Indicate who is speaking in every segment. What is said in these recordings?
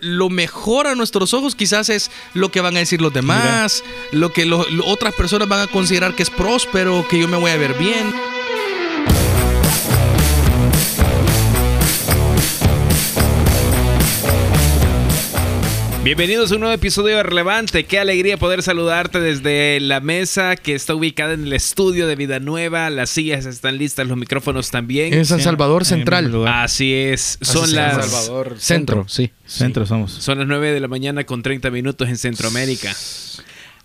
Speaker 1: lo mejor a nuestros ojos quizás es lo que van a decir los demás, lo que lo- lo- otras personas van a considerar que es próspero, que yo me voy a ver bien.
Speaker 2: Bienvenidos a un nuevo episodio de Relevante. Qué alegría poder saludarte desde la mesa que está ubicada en el estudio de Vida Nueva. Las sillas están listas, los micrófonos también.
Speaker 3: En San Salvador Central.
Speaker 2: Así es. Son
Speaker 3: Así se llama.
Speaker 2: las
Speaker 4: Salvador.
Speaker 3: Centro, sí.
Speaker 4: Centro somos.
Speaker 2: son las 9 de la mañana con 30 minutos en Centroamérica.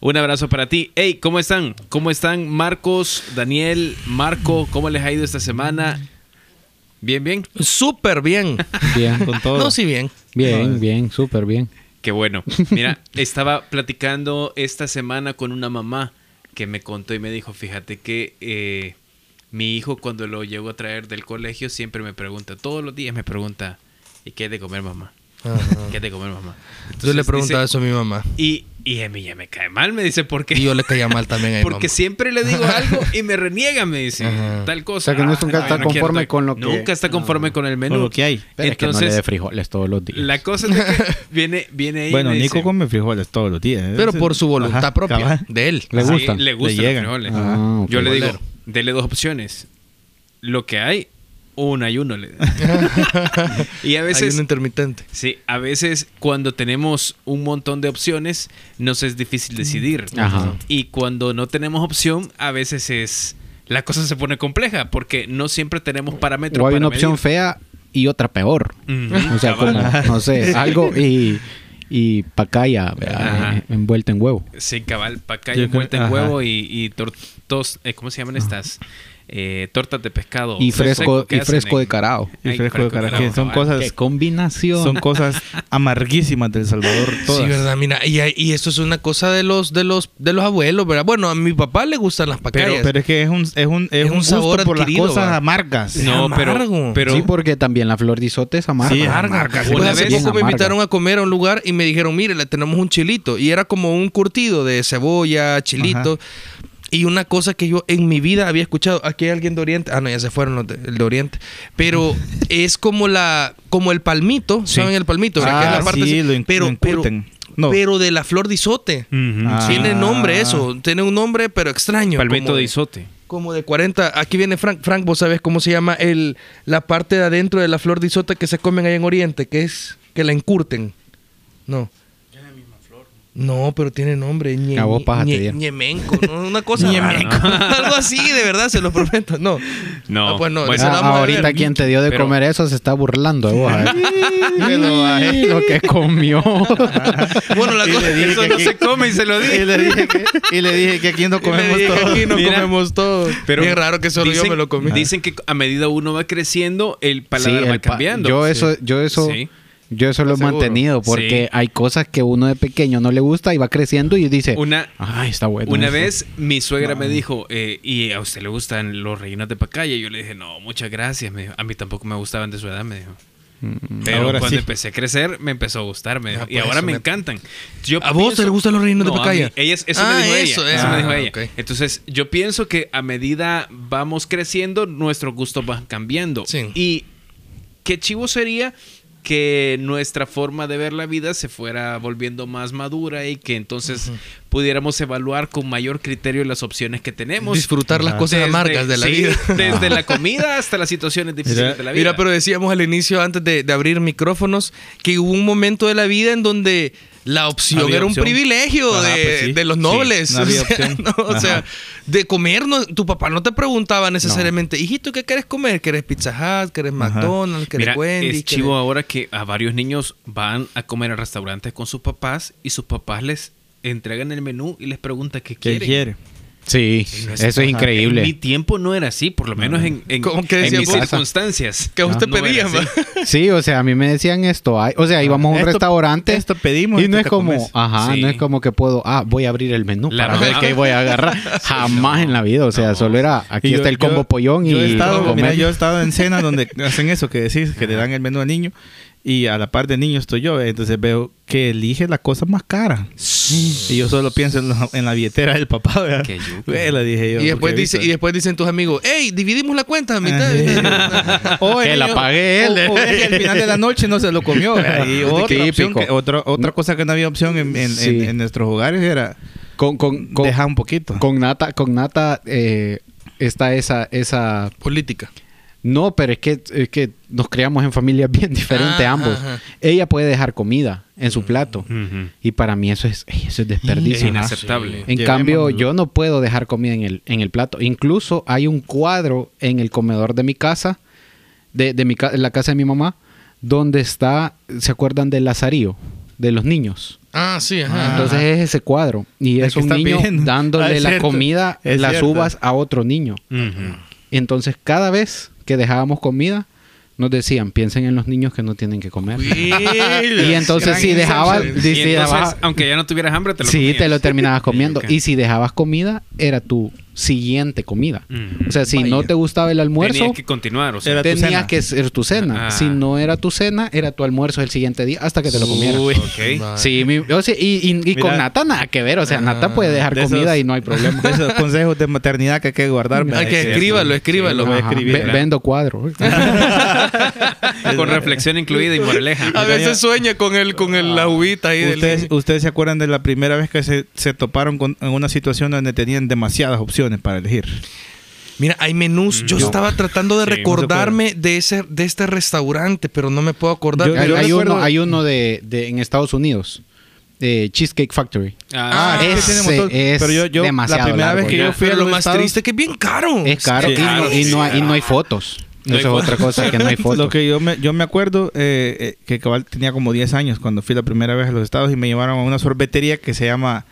Speaker 2: Un abrazo para ti. Hey, ¿cómo están? ¿Cómo están Marcos, Daniel, Marco? ¿Cómo les ha ido esta semana? Bien, bien.
Speaker 1: Súper bien.
Speaker 4: Bien, con todo.
Speaker 1: No, sí, bien.
Speaker 4: Bien, bien, súper bien.
Speaker 2: Qué bueno. Mira, estaba platicando esta semana con una mamá que me contó y me dijo, fíjate que eh, mi hijo cuando lo llego a traer del colegio siempre me pregunta, todos los días me pregunta, ¿y qué hay de comer mamá? ¿Qué hay de comer mamá?
Speaker 1: Yo le
Speaker 2: Entonces,
Speaker 1: preguntaba
Speaker 2: dice-
Speaker 1: eso a mi mamá.
Speaker 2: Y, y a mí ya me cae mal, me dice, ¿por qué?
Speaker 1: Y yo le caía mal también a mi mamá.
Speaker 2: Porque siempre le digo algo y me reniega, me dice,
Speaker 1: Ajá.
Speaker 2: tal cosa.
Speaker 4: O sea, que no es nunca
Speaker 2: Ah,
Speaker 4: está
Speaker 2: quiero
Speaker 4: conforme
Speaker 2: tal-
Speaker 4: con lo que- Ah.
Speaker 2: Nunca está conforme con el menú.
Speaker 5: Con lo que hay.
Speaker 4: Pero es que no le
Speaker 2: Entonces-
Speaker 4: dé frijoles todos los días.
Speaker 2: La cosa es de que viene, viene ahí y
Speaker 5: Bueno,
Speaker 2: me
Speaker 5: Nico
Speaker 2: dice-
Speaker 5: come frijoles todos los días. ¿eh?
Speaker 1: Pero por su voluntad
Speaker 5: Ajá,
Speaker 1: propia,
Speaker 5: cabal.
Speaker 1: de él.
Speaker 4: ¿Le
Speaker 2: Sí,
Speaker 4: gustan?
Speaker 2: le gustan los
Speaker 5: Le llegan.
Speaker 2: frijoles.
Speaker 4: Ah, ok.
Speaker 2: Yo le digo,
Speaker 1: Bolero.
Speaker 2: dele dos opciones. Lo que hay, un ayuno. le digo. y
Speaker 1: Hay
Speaker 2: a
Speaker 1: un
Speaker 2: veces,
Speaker 1: intermitente.
Speaker 2: sí, a veces cuando tenemos un montón de opciones, nos es difícil decidir.
Speaker 4: Ajá.
Speaker 2: Y cuando no tenemos opción, a veces es... La cosa se pone compleja porque no siempre tenemos parámetros
Speaker 4: O hay
Speaker 2: para
Speaker 4: una opción
Speaker 2: medir.
Speaker 4: fea y otra peor.
Speaker 2: Ujú,
Speaker 4: O sea,
Speaker 2: cabal.
Speaker 4: como, no sé, algo y, y pacaya ¿verdad?
Speaker 2: Ajá.
Speaker 4: Eh, envuelta en huevo.
Speaker 2: Sí, cabal, para acá
Speaker 5: Yo
Speaker 2: hay
Speaker 5: creo-
Speaker 2: envuelta en
Speaker 5: ajá.
Speaker 2: huevo y, y tortos, eh, ¿cómo se llaman estas? Eh, tortas de pescado.
Speaker 4: Y
Speaker 2: seco
Speaker 4: fresco,
Speaker 2: que
Speaker 4: y
Speaker 2: hacen
Speaker 4: fresco
Speaker 2: en-
Speaker 4: de carao.
Speaker 5: Y
Speaker 2: Ay,
Speaker 5: fresco de
Speaker 2: fresco de
Speaker 5: carajo. que Son
Speaker 2: carajo,
Speaker 4: Qué
Speaker 5: cosas,
Speaker 4: combinación.
Speaker 5: son cosas amarguísimas del Salvador. Todas.
Speaker 1: Sí, verdad, mira, y, hay- y eso es una cosa de los de los de los abuelos, ¿verdad? Bueno, a mi papá le gustan las
Speaker 5: Pero,
Speaker 1: pacayas.
Speaker 5: pero es que es un, es un,
Speaker 1: Es
Speaker 5: es un,
Speaker 1: un
Speaker 5: gusto
Speaker 1: sabor
Speaker 5: por las
Speaker 1: adquirido,
Speaker 5: cosas
Speaker 1: va.
Speaker 5: amargas.
Speaker 2: No, pero,
Speaker 1: amargo.
Speaker 2: pero
Speaker 4: sí, porque también la flor de isote es amarga.
Speaker 5: Sí, es
Speaker 4: Amarga.
Speaker 5: amarga,
Speaker 1: Pues
Speaker 2: Una
Speaker 1: hace
Speaker 2: vez-
Speaker 1: poco me
Speaker 4: amarga. Ah,
Speaker 1: invitaron a comer a un lugar y me dijeron, mire, le tenemos un chilito. Y era como un curtido de cebolla, chilito. Y una cosa que yo en mi vida había escuchado, aquí hay alguien de Oriente, ah no, ya se fueron los de, el de Oriente, pero es como la, como el palmito, ¿saben el palmito? ¿verdad? Que es
Speaker 5: Ah,
Speaker 1: la parte
Speaker 5: sí,
Speaker 1: así.
Speaker 5: lo in- lo
Speaker 1: pero, pero,
Speaker 5: incurten. No.
Speaker 1: pero de la flor de isote.
Speaker 2: Ujú.
Speaker 5: Ah.
Speaker 1: Tiene nombre eso, tiene un nombre pero extraño.
Speaker 2: palmito
Speaker 1: como
Speaker 2: de isote.
Speaker 1: como de 40. Aquí viene Frank. Frank, vos sabés cómo se llama el, la parte de adentro de la flor de isota que se comen ahí en Oriente, que es que la encurten. No. No, pero tiene nombre. Ñe,
Speaker 4: A vos paja te
Speaker 1: Ñe-
Speaker 4: dieron.
Speaker 1: Ñemenco, ¿no? Una cosa. rara,
Speaker 2: Ñemenco.
Speaker 1: ¿no? Algo así, de verdad, se lo prometo. No.
Speaker 2: No.
Speaker 1: Ah, pues no,
Speaker 2: Bueno,
Speaker 1: esa
Speaker 4: Ah,
Speaker 1: la vamos a
Speaker 4: ahorita
Speaker 1: ver.
Speaker 4: quien te dio de
Speaker 2: Pero-
Speaker 4: comer eso se está burlando de vos. ¿eh? Ay, lo que comió.
Speaker 1: Bueno,
Speaker 4: ah,
Speaker 1: la
Speaker 5: Y
Speaker 1: cosa
Speaker 5: le dije
Speaker 2: Eso
Speaker 5: que
Speaker 2: no
Speaker 5: aquí-
Speaker 2: se come y se lo
Speaker 5: y,
Speaker 2: di.
Speaker 5: le dije que, y le dije que aquí no comemos
Speaker 1: Le dije que
Speaker 5: todo.
Speaker 1: Aquí no
Speaker 2: Mira.
Speaker 1: comemos todo.
Speaker 2: Pero
Speaker 1: Bien raro que solo yo
Speaker 2: dicen-
Speaker 1: me lo comí.
Speaker 2: Dicen que a medida uno va creciendo, el
Speaker 4: Sí,
Speaker 2: paladar va
Speaker 4: el pa-
Speaker 2: cambiando.
Speaker 4: Yo
Speaker 2: Sí.
Speaker 4: eso, yo eso,
Speaker 2: Sí.
Speaker 4: yo eso lo he
Speaker 1: ¿Estás seguro?
Speaker 4: mantenido porque
Speaker 2: Sí.
Speaker 4: hay cosas que uno de pequeño no le gusta y va creciendo y dice,
Speaker 2: Una,
Speaker 4: ay, está bueno.
Speaker 2: una
Speaker 4: eso".
Speaker 2: vez mi suegra me dijo, eh, ¿y a usted le gustan los rellenos de pacaya? Y yo le dije, no, muchas gracias. Me dijo, a mí tampoco me gustaban de su edad, me dijo. Pero
Speaker 5: Ahora
Speaker 2: cuando
Speaker 5: sí.
Speaker 2: empecé a crecer, me empezó a gustar, me dijo.
Speaker 1: Mm, Ah,
Speaker 2: y
Speaker 1: por
Speaker 2: ahora
Speaker 1: eso
Speaker 2: me
Speaker 1: me-
Speaker 2: encantan. Yo
Speaker 1: ¿A vos te
Speaker 2: pienso-
Speaker 1: gustan los rellenos de
Speaker 2: No, a
Speaker 1: pacaya?
Speaker 2: mí. Ella es- eso
Speaker 1: Ah,
Speaker 2: me dijo
Speaker 1: eso,
Speaker 2: ella. eso
Speaker 1: ah,
Speaker 2: me dijo ella.
Speaker 1: ok.
Speaker 2: Entonces, yo pienso que a medida vamos creciendo, nuestros gustos van cambiando.
Speaker 1: Sí.
Speaker 2: Y qué chivo sería que nuestra forma de ver la vida se fuera volviendo más madura y que entonces pudiéramos evaluar con mayor criterio las opciones que tenemos.
Speaker 1: Disfrutar las
Speaker 5: Ajá.
Speaker 1: cosas
Speaker 2: Desde-
Speaker 1: amargas de la
Speaker 2: sí,
Speaker 1: vida.
Speaker 2: Desde la comida hasta las situaciones difíciles
Speaker 5: Mira,
Speaker 2: de la vida.
Speaker 1: Mira, pero decíamos al inicio, antes de, de abrir micrófonos, que hubo un momento de la vida en donde la opción
Speaker 5: Había
Speaker 1: era un
Speaker 5: opción.
Speaker 1: privilegio
Speaker 5: Ajá,
Speaker 1: de,
Speaker 5: pues sí.
Speaker 1: de los
Speaker 5: Sí,
Speaker 1: nobles.
Speaker 5: no había
Speaker 1: o, sea,
Speaker 5: opción.
Speaker 1: no, o
Speaker 5: Ajá.
Speaker 1: sea, de comer, no- tu papá no te preguntaba necesariamente, hijito, ¿qué quieres comer? ¿Quieres Pizza Hut? ¿Quieres McDonald's? ¿Quieres
Speaker 2: Mira,
Speaker 1: Wendy's?
Speaker 2: es chivo ahora que a varios niños van a comer a restaurantes con sus papás y sus papás les entregan el menú y les preguntan qué
Speaker 5: ¿Qué
Speaker 2: quieren.
Speaker 5: quiere?
Speaker 4: Sí, eso es
Speaker 2: En mi
Speaker 4: increíble.
Speaker 2: tiempo no era así, por lo menos en, en,
Speaker 1: ¿Cómo que
Speaker 2: en
Speaker 1: decía
Speaker 2: mis
Speaker 1: vos?
Speaker 2: circunstancias.
Speaker 1: Que usted
Speaker 2: No era
Speaker 1: pedía,
Speaker 2: así.
Speaker 1: ma.
Speaker 4: Sí, o sea, a mí me decían esto, ay, o sea, íbamos a un
Speaker 5: Esto-
Speaker 4: restaurante
Speaker 5: esto pedimos,
Speaker 4: y
Speaker 5: esto
Speaker 4: no es
Speaker 5: te
Speaker 4: como,
Speaker 5: comes.
Speaker 4: ajá,
Speaker 2: Sí.
Speaker 4: no es como que puedo, ah, voy a abrir el menú
Speaker 2: La
Speaker 4: para ver
Speaker 2: mamá.
Speaker 4: qué voy a agarrar. Jamás en la vida, o sea,
Speaker 2: no.
Speaker 4: solo era aquí
Speaker 5: Y yo-
Speaker 4: está el combo
Speaker 5: yo-
Speaker 4: pollón y
Speaker 5: yo he estado,
Speaker 4: comer.
Speaker 5: mira, yo he estado en cenas donde hacen eso que decís, que le dan el menú al niño Y a la par de niños estoy yo, entonces veo que elige la cosa más cara. Y yo solo pienso en la, en la billetera del papá, ¿verdad?
Speaker 2: Qué yuca.
Speaker 5: Vela, dije yo.
Speaker 1: Y después,
Speaker 5: porque
Speaker 1: dice,
Speaker 5: he
Speaker 1: y
Speaker 5: visto-
Speaker 1: después dicen tus amigos, hey, dividimos la cuenta a mitad.
Speaker 5: O
Speaker 4: Que
Speaker 5: "Oh, el
Speaker 4: la
Speaker 5: niño-
Speaker 4: pagué él.
Speaker 5: O, o es que al final de la noche no se lo comió. ¿verdad? Y otra,
Speaker 4: Qué
Speaker 5: opción
Speaker 4: típico.
Speaker 5: que- otra, otra cosa que no había opción en, en-
Speaker 4: Sí.
Speaker 5: en- en nuestros hogares era
Speaker 4: Con, con, con,
Speaker 5: dejar un poquito.
Speaker 4: con nata, con nata eh, está esa, esa
Speaker 1: Política.
Speaker 4: No, pero es que, es que nos creamos en familias bien diferentes
Speaker 1: Ah,
Speaker 4: ambos.
Speaker 1: ajá.
Speaker 4: Ella puede dejar comida en
Speaker 5: Mm.
Speaker 4: su plato.
Speaker 2: Ujú.
Speaker 4: Y para mí eso es, ey, eso es
Speaker 2: Es
Speaker 4: desperdicio. ajá.
Speaker 2: inaceptable.
Speaker 4: En
Speaker 5: Llevémoslo.
Speaker 4: cambio, yo no puedo dejar comida en el, en el plato. Incluso hay un cuadro en el comedor de mi casa, de, de mi ca- la casa de mi mamá, donde está, ¿se acuerdan del lazarillo? De los niños.
Speaker 1: Ah, sí, ajá.
Speaker 4: Entonces es ese cuadro. Y
Speaker 5: El
Speaker 4: es
Speaker 5: que
Speaker 4: un
Speaker 5: está
Speaker 4: niño
Speaker 5: pidiendo. Ah,
Speaker 4: dándole
Speaker 5: es
Speaker 4: la
Speaker 5: cierto.
Speaker 4: comida,
Speaker 5: Es
Speaker 4: las
Speaker 5: cierto.
Speaker 4: uvas a otro niño.
Speaker 2: Ujú.
Speaker 4: Entonces, cada vez que dejábamos comida, nos decían, piensen en los niños que no tienen que comer.
Speaker 1: y
Speaker 4: Y entonces
Speaker 5: gran
Speaker 4: si dejabas,
Speaker 5: inception.
Speaker 4: si
Speaker 2: Y entonces,
Speaker 4: dejabas-
Speaker 2: aunque ya no tuvieras hambre, te lo
Speaker 4: sí,
Speaker 2: comías.
Speaker 4: te lo terminabas comiendo.
Speaker 2: ok.
Speaker 4: Y si dejabas comida, era tu siguiente comida.
Speaker 2: Ujú.
Speaker 4: O sea, si no
Speaker 5: Vaya.
Speaker 4: te gustaba el almuerzo,
Speaker 2: Tenías que continuar, o sea.
Speaker 5: Era- tu
Speaker 4: tenía
Speaker 5: cena.
Speaker 4: que ser tu cena.
Speaker 2: Ah.
Speaker 4: Si no era tu cena, era tu almuerzo el siguiente día hasta que te lo comieras.
Speaker 2: Uy, ok.
Speaker 4: Sí, mi- o sea, y, y- y con
Speaker 5: Mira.
Speaker 4: Nata nada que ver. O sea, Nata
Speaker 1: Ah,
Speaker 4: puede dejar
Speaker 5: de
Speaker 4: comida
Speaker 5: esos-
Speaker 4: y no hay problema.
Speaker 5: De esos consejos de maternidad que hay que guardar.
Speaker 1: Hay que
Speaker 5: ¿verdad?
Speaker 1: escríbalo, escríbalo.
Speaker 5: voy a
Speaker 4: Ajá.
Speaker 5: escribir,
Speaker 4: Ve-
Speaker 5: ¿verdad?
Speaker 4: Vendo cuadro.
Speaker 2: Con reflexión incluida y moraleja.
Speaker 1: A veces sueña con él, con el, la uvita ahí del-
Speaker 5: ¿Ustedes, ustedes se acuerdan de la primera vez que se, se toparon con en una situación donde tenían demasiadas opciones para elegir?
Speaker 1: Mira, hay
Speaker 5: Mm,
Speaker 1: menús. Yo, estaba tratando de
Speaker 2: Sí, no se
Speaker 1: recordarme de ese, de este restaurante, pero no me puedo acordar.
Speaker 5: Yo-
Speaker 4: Hay,
Speaker 5: yo
Speaker 4: hay
Speaker 5: recuerdo-
Speaker 4: uno, hay uno de, de- en Estados Unidos, de Cheesecake Factory.
Speaker 2: Ah,
Speaker 1: Ah,
Speaker 5: es que
Speaker 4: ese
Speaker 5: tiene un montón.
Speaker 4: es
Speaker 5: Pero yo, yo
Speaker 4: demasiado
Speaker 5: la primera
Speaker 4: largo,
Speaker 5: vez que
Speaker 1: Ya,
Speaker 5: yo fui a
Speaker 1: pero
Speaker 5: los
Speaker 1: lo más
Speaker 5: Estados-
Speaker 1: triste es que es bien caro.
Speaker 4: Es caro
Speaker 5: Sí,
Speaker 4: y, no-
Speaker 2: claro,
Speaker 4: y
Speaker 2: Mm, sí,
Speaker 4: no, hay- y no hay
Speaker 2: claro.
Speaker 4: fotos.
Speaker 2: No hay
Speaker 4: Eso es otra
Speaker 2: fotos.
Speaker 4: cosa, que no hay
Speaker 5: Lo
Speaker 4: fotos.
Speaker 5: que yo me, yo me acuerdo eh, eh, que cabal tenía como 10 años cuando fui la primera vez a los Estados y me llevaron a una sorbetería que se llama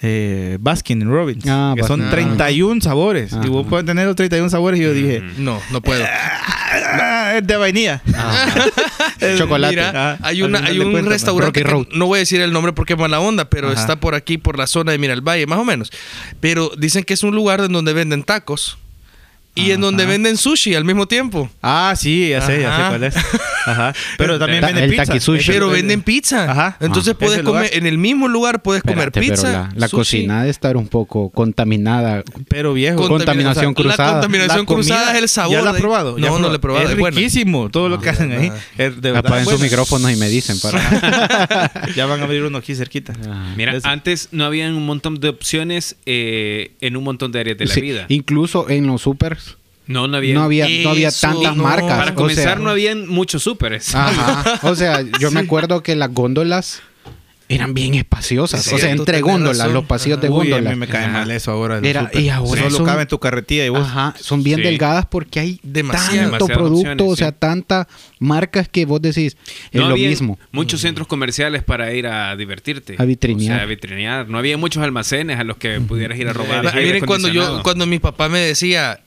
Speaker 5: eh, Baskin Robbins.
Speaker 4: Ah,
Speaker 5: que son
Speaker 4: Baskin. Ah.
Speaker 5: 31 sabores.
Speaker 4: Ajá.
Speaker 5: Y vos puedes tener los 31 sabores. Y
Speaker 4: Mm.
Speaker 5: yo dije,
Speaker 1: No, no puedo.
Speaker 5: "Ah, es de vainilla.
Speaker 2: ah.
Speaker 4: Chocolate.
Speaker 1: Mira,
Speaker 5: Ah,
Speaker 1: hay,
Speaker 5: al
Speaker 1: una,
Speaker 5: final
Speaker 1: hay
Speaker 5: de
Speaker 1: un
Speaker 5: cuentas, ¿no?
Speaker 1: restaurante.
Speaker 5: Rocky
Speaker 1: que no voy a decir el nombre porque es mala onda, pero
Speaker 5: Ajá.
Speaker 1: está por aquí, por la zona de Miralvalle, más o menos. Pero dicen que es un lugar en donde venden tacos y en donde venden sushi al mismo tiempo.
Speaker 5: Ah, sí, ya sé, ya sé
Speaker 1: Ajá.
Speaker 5: cuál es. Ajá. Pero también
Speaker 4: Ta-
Speaker 5: venden
Speaker 4: el
Speaker 5: pizza.
Speaker 4: takisushi.
Speaker 5: Ese-
Speaker 1: Pero
Speaker 5: ese-
Speaker 1: venden pizza.
Speaker 5: Ajá.
Speaker 1: Entonces
Speaker 5: Ajá.
Speaker 1: puedes
Speaker 5: Ese lugar.
Speaker 1: comer en el mismo lugar, puedes comer
Speaker 4: Espérate, pero
Speaker 1: pizza.
Speaker 4: la, la
Speaker 1: sushi.
Speaker 4: cocina ha de estar un poco contaminada.
Speaker 5: Pero viejo.
Speaker 1: Contamina-
Speaker 4: Contaminación
Speaker 1: o sea,
Speaker 4: cruzada.
Speaker 1: La contaminación
Speaker 5: La comida,
Speaker 1: cruzada es el sabor.
Speaker 5: ¿Ya lo ha
Speaker 1: de-
Speaker 5: probado? ¿Ya
Speaker 1: No, no
Speaker 5: probado?
Speaker 1: lo he probado.
Speaker 5: Es
Speaker 1: Es buena.
Speaker 5: riquísimo todo lo que hacen ahí.
Speaker 1: nada.
Speaker 5: Es de verdad
Speaker 4: Apaguen sus
Speaker 5: bueno.
Speaker 4: micrófonos y me dicen. Para...
Speaker 5: Ya van a abrir uno aquí cerquita.
Speaker 4: Ah.
Speaker 2: Mira,
Speaker 5: Ese.
Speaker 2: antes no había un montón de opciones eh, en un montón de áreas de la
Speaker 4: Sí,
Speaker 2: vida.
Speaker 4: Incluso en los supers
Speaker 2: No, no había.
Speaker 4: no había, no había
Speaker 1: Eso,
Speaker 4: tantas
Speaker 1: no.
Speaker 4: marcas.
Speaker 2: para
Speaker 4: o
Speaker 2: comenzar,
Speaker 4: sea- Ah,
Speaker 2: no habían muchos súperes.
Speaker 4: Ajá. O sea, yo me acuerdo que las góndolas eran bien espaciosas.
Speaker 1: Es
Speaker 4: o sea,
Speaker 1: cierto,
Speaker 4: entre
Speaker 1: tenés
Speaker 4: góndolas,
Speaker 1: razón.
Speaker 4: los pasillos de
Speaker 5: Uy, a
Speaker 4: góndolas.
Speaker 5: mí me cae
Speaker 2: Ajá.
Speaker 5: mal eso ahora. en los
Speaker 4: Era-
Speaker 5: súper.
Speaker 4: y ahora
Speaker 5: Solo
Speaker 4: son-
Speaker 5: cabe en tu carretilla y vos.
Speaker 4: Ajá, son bien
Speaker 2: Sí.
Speaker 4: delgadas porque hay
Speaker 1: Demasiadas,
Speaker 4: tanto
Speaker 2: demasiadas
Speaker 4: producto,
Speaker 2: opciones,
Speaker 4: o sea,
Speaker 2: sí.
Speaker 4: tantas marcas que vos decís, es
Speaker 2: No
Speaker 4: lo
Speaker 2: había
Speaker 4: mismo.
Speaker 2: Muchos centros comerciales para ir a divertirte.
Speaker 4: A vitrinear.
Speaker 2: O sea, a vitrinear. No había muchos almacenes a los que pudieras ir a robar.
Speaker 1: Ah,
Speaker 2: aire
Speaker 1: Miren, cuando yo,
Speaker 2: acondicionado.
Speaker 1: cuando mi papá me decía,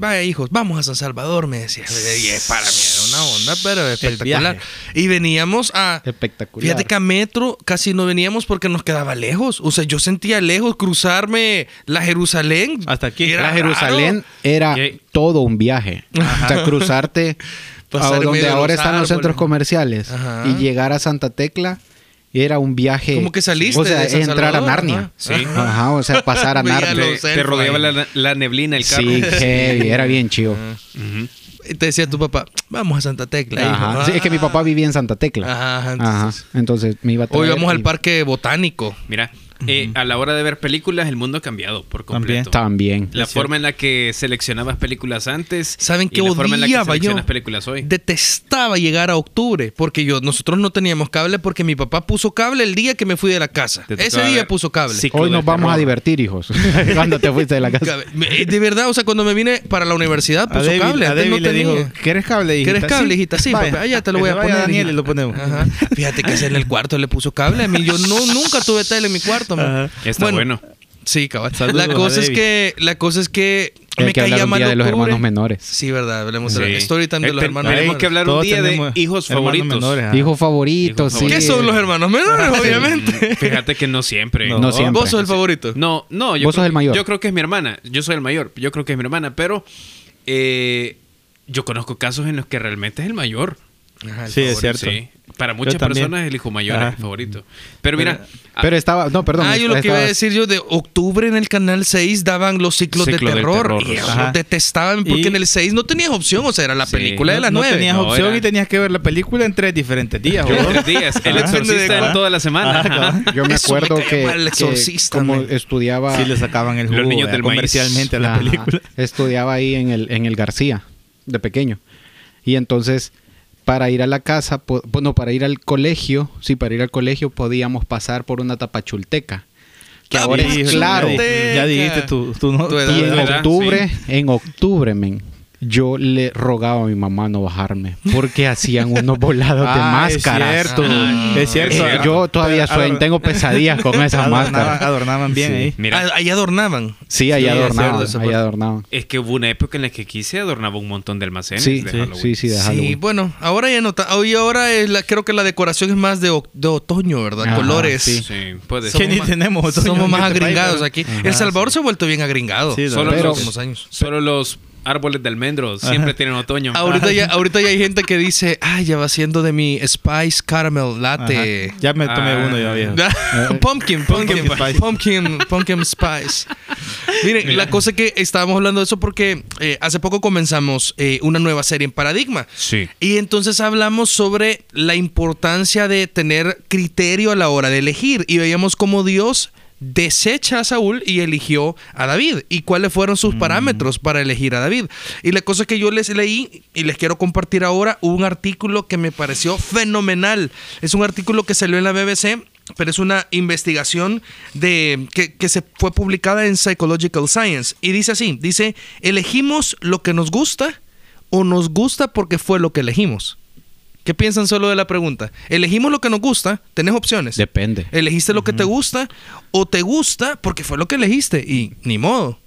Speaker 1: vaya hijos, vamos a San Salvador, me decía. Y es para mí era una onda, pero espectacular.
Speaker 5: viaje.
Speaker 1: Y veníamos a.
Speaker 4: Espectacular.
Speaker 1: Fíjate que a metro casi no veníamos porque nos quedaba lejos. O sea, yo sentía lejos cruzarme la Jerusalén.
Speaker 5: Hasta aquí.
Speaker 1: Era
Speaker 4: la Jerusalén
Speaker 1: raro.
Speaker 4: era
Speaker 2: ¿Qué?
Speaker 4: todo un viaje. O sea, cruzarte
Speaker 1: Pasar
Speaker 4: a
Speaker 1: en medio
Speaker 4: donde
Speaker 1: de
Speaker 4: ahora
Speaker 1: los
Speaker 4: están los centros
Speaker 1: árboles.
Speaker 4: comerciales
Speaker 1: Ajá.
Speaker 4: y llegar a Santa Tecla era un viaje.
Speaker 1: Como que saliste
Speaker 4: O sea,
Speaker 1: de San
Speaker 4: entrar
Speaker 1: Salvador,
Speaker 4: a Narnia.
Speaker 1: ajá. Sí.
Speaker 4: Ajá, o sea, pasar a
Speaker 1: Veía
Speaker 4: Narnia.
Speaker 2: te,
Speaker 1: los elfos
Speaker 2: te rodeaba
Speaker 1: ahí.
Speaker 2: la, la neblina el carro.
Speaker 4: Sí, heavy, era bien chido.
Speaker 1: Ah,
Speaker 2: Ujú.
Speaker 1: Y te decía tu papá, vamos a Santa Tecla. hijo".
Speaker 4: Ajá. Sí, es que mi papá vivía en Santa Tecla.
Speaker 1: Ajá,
Speaker 4: Ajá.
Speaker 1: entonces-
Speaker 4: Entonces, me iba a
Speaker 1: Hoy
Speaker 4: traer
Speaker 1: vamos al
Speaker 4: y-
Speaker 1: parque botánico.
Speaker 2: Mira, eh, a la hora de ver películas, el mundo ha cambiado por
Speaker 5: También.
Speaker 2: completo.
Speaker 4: También.
Speaker 2: La forma en la que seleccionabas películas antes.
Speaker 1: ¿Saben
Speaker 2: y
Speaker 1: qué
Speaker 2: la forma en la que
Speaker 1: odiaba yo?
Speaker 2: seleccionas películas hoy.
Speaker 1: Detestaba llegar a octubre porque yo nosotros no teníamos cable porque mi papá puso cable el día que me fui de la casa.
Speaker 2: Te tocaba
Speaker 1: Ese día
Speaker 2: ver
Speaker 1: puso cable.
Speaker 2: ciclo
Speaker 4: Hoy
Speaker 2: de
Speaker 4: nos vamos a
Speaker 2: terror.
Speaker 4: divertir, hijos. Cuando te fuiste de la casa.
Speaker 1: Cabe- me- eh, De verdad, o sea, cuando me vine para la universidad
Speaker 5: A
Speaker 1: puso
Speaker 5: David,
Speaker 1: Ah, pues cable.
Speaker 5: a
Speaker 1: Antes
Speaker 5: David
Speaker 1: no
Speaker 5: le dijo,
Speaker 1: tenía.
Speaker 5: ¿quieres cable, hijita?
Speaker 1: ¿Quieres cable, hijita? Sí,
Speaker 5: vaya,
Speaker 1: papá, ya te lo
Speaker 5: que
Speaker 1: voy a
Speaker 5: vaya
Speaker 1: poner.
Speaker 5: Daniel y
Speaker 1: hijita".
Speaker 5: lo ponemos.
Speaker 1: Ajá. Fíjate que ese en el cuarto le puso cable. A mí yo no, nunca tuve tele en mi cuarto. man.
Speaker 5: Ajá.
Speaker 2: Está bueno.
Speaker 1: Sí, cabal.
Speaker 5: Saludos
Speaker 1: la
Speaker 5: a
Speaker 1: cosa es
Speaker 5: David.
Speaker 1: que la cosa es que
Speaker 4: Hay
Speaker 1: me
Speaker 4: que hablar
Speaker 1: caía
Speaker 4: un
Speaker 1: mal
Speaker 4: día de los
Speaker 1: octubre.
Speaker 4: hermanos menores.
Speaker 1: Sí, verdad, hablemos de
Speaker 2: Sí.
Speaker 1: la story time de
Speaker 2: Eh,
Speaker 1: los
Speaker 2: te-
Speaker 1: hermanos.
Speaker 2: tenemos que hablar un
Speaker 5: Todos
Speaker 2: día de
Speaker 5: tenemos
Speaker 2: hijos
Speaker 5: hermanos
Speaker 2: favoritos.
Speaker 5: menores, ajá.
Speaker 4: Hijo favorito,
Speaker 2: Hijo
Speaker 4: sí.
Speaker 2: favorito.
Speaker 1: ¿Qué son los hermanos menores, obviamente?
Speaker 2: Fíjate que no siempre.
Speaker 4: No siempre.
Speaker 1: ¿Vos sos el favorito?
Speaker 2: No, no, yo
Speaker 4: Vos
Speaker 2: creo
Speaker 4: sos el
Speaker 2: que-
Speaker 4: mayor.
Speaker 2: Yo creo que es mi hermana. Yo soy el mayor. Yo creo que es mi hermana, pero eh, yo conozco casos en los que realmente es el mayor.
Speaker 1: Ajá, el
Speaker 5: Sí, es
Speaker 1: favorito.
Speaker 5: cierto.
Speaker 2: Sí. Para muchas
Speaker 5: Yo también.
Speaker 2: personas el hijo mayor
Speaker 5: Ajá.
Speaker 2: es el favorito. Pero mira, ah,
Speaker 4: Pero estaba, no, perdón.
Speaker 1: ah, yo lo que iba a
Speaker 4: estaba-
Speaker 1: decir yo, de octubre en el canal 6 daban los ciclos
Speaker 2: Ciclo
Speaker 1: de
Speaker 2: del
Speaker 1: terror.
Speaker 2: terror,
Speaker 1: y
Speaker 2: Rosa.
Speaker 1: yo
Speaker 5: Ajá.
Speaker 1: los detestaban porque
Speaker 5: Y-
Speaker 1: en el 6 no tenías opción, o sea, era la
Speaker 2: Sí,
Speaker 1: película de
Speaker 5: No-
Speaker 1: las
Speaker 5: no
Speaker 1: 9.
Speaker 5: tenías
Speaker 2: No,
Speaker 5: opción
Speaker 2: era-
Speaker 5: y tenías que ver la película en tres diferentes días.
Speaker 2: yo
Speaker 5: ¿o?
Speaker 2: tres días. El
Speaker 5: Ajá.
Speaker 2: exorcista
Speaker 5: Depende
Speaker 2: era
Speaker 5: de-
Speaker 2: toda la semana. Ajá.
Speaker 4: Yo me
Speaker 1: Eso me
Speaker 4: acuerdo
Speaker 1: caía
Speaker 4: que,
Speaker 1: mal, El
Speaker 4: que
Speaker 1: Exorcista,
Speaker 4: como
Speaker 1: man.
Speaker 4: estudiaba
Speaker 5: Sí le sacaban el
Speaker 2: Los
Speaker 5: jugo
Speaker 2: niños
Speaker 5: ¿verdad?
Speaker 2: del maíz.
Speaker 5: comercialmente a la
Speaker 4: Ajá.
Speaker 5: película.
Speaker 4: Estudiaba ahí en el, en el García, de pequeño. Y entonces, para ir a la casa, po- bueno, para ir al colegio, sí, para ir al colegio podíamos pasar por una tapachulteca.
Speaker 1: Ah,
Speaker 4: Que ahora
Speaker 5: Híjole,
Speaker 4: es
Speaker 5: Ah, ya
Speaker 4: claro.
Speaker 5: di- Ya dijiste tu, tu, no-
Speaker 1: Tu
Speaker 5: tu-
Speaker 1: edad.
Speaker 4: Y en
Speaker 2: ¿verdad?
Speaker 4: octubre, en octubre, men, yo le rogaba a mi mamá no bajarme porque hacían unos volados de
Speaker 5: Ah,
Speaker 4: máscaras.
Speaker 5: Es cierto,
Speaker 1: Ah,
Speaker 5: es cierto.
Speaker 4: Eh, yo todavía
Speaker 5: Pero
Speaker 4: sueño,
Speaker 5: ador-
Speaker 4: tengo pesadillas con esas
Speaker 5: Adornaban,
Speaker 4: máscaras.
Speaker 5: adornaban bien ¿eh?
Speaker 4: Sí.
Speaker 5: ahí.
Speaker 2: Mira,
Speaker 1: Ah, ahí adornaban.
Speaker 4: Sí, ahí
Speaker 1: Sí, es
Speaker 4: adornaban,
Speaker 1: cierto,
Speaker 4: ahí
Speaker 1: eso-
Speaker 4: adornaban.
Speaker 2: es que hubo una época en la que aquí se adornaba un montón de almacenes
Speaker 4: Sí,
Speaker 2: de
Speaker 4: sí,
Speaker 2: Halloween.
Speaker 4: sí, sí, de
Speaker 1: Sí,
Speaker 4: Halloween.
Speaker 1: bueno, ahora ya no. ta- Hoy ahora es la- creo que la decoración es más de, o- de otoño, ¿verdad?
Speaker 4: Ajá,
Speaker 1: Colores.
Speaker 4: sí.
Speaker 2: Sí, puede
Speaker 5: Que
Speaker 2: ser.
Speaker 1: Somos
Speaker 5: ni
Speaker 1: más-
Speaker 5: tenemos otoño
Speaker 1: Somos
Speaker 5: en
Speaker 1: más
Speaker 5: este país,
Speaker 1: agringados
Speaker 5: pero-
Speaker 1: aquí.
Speaker 5: Ajá,
Speaker 1: el Salvador se ha vuelto bien agringado.
Speaker 5: Sí, la
Speaker 1: solo en
Speaker 4: verdad.
Speaker 1: los últimos años.
Speaker 2: Solo los árboles de almendros siempre tienen otoño.
Speaker 1: Ahorita ya, ahorita ya hay gente que dice, ah, ya va siendo de mi Spice Caramel Latte.
Speaker 5: Ajá. Ya me tomé
Speaker 2: Ah.
Speaker 5: uno yo, viejo.
Speaker 1: pumpkin, pumpkin,
Speaker 5: Pumpkin
Speaker 1: pumpkin,
Speaker 5: spice.
Speaker 1: pumpkin, spice. Miren, la cosa es que estábamos hablando de eso porque eh, hace poco comenzamos eh, una nueva serie en Paradigma.
Speaker 2: Sí.
Speaker 1: Y entonces hablamos sobre la importancia de tener criterio a la hora de elegir. Y veíamos cómo Dios desecha a Saúl y eligió a David. Y cuáles fueron sus parámetros para elegir a David. Y la cosa que yo les leí y les quiero compartir ahora, un artículo que me pareció fenomenal. Es un artículo que salió en la BBC. Pero es una investigación de, que, que se fue publicada en Psychological Science. Y dice así, dice, elegimos lo que nos gusta o nos gusta porque fue lo que elegimos? ¿Qué piensan solo de la pregunta? ¿Elegimos lo que nos gusta? ¿Tenés opciones?
Speaker 4: Depende.
Speaker 1: ¿Elegiste lo que te gusta o te gusta porque fue lo que elegiste? Y ni modo.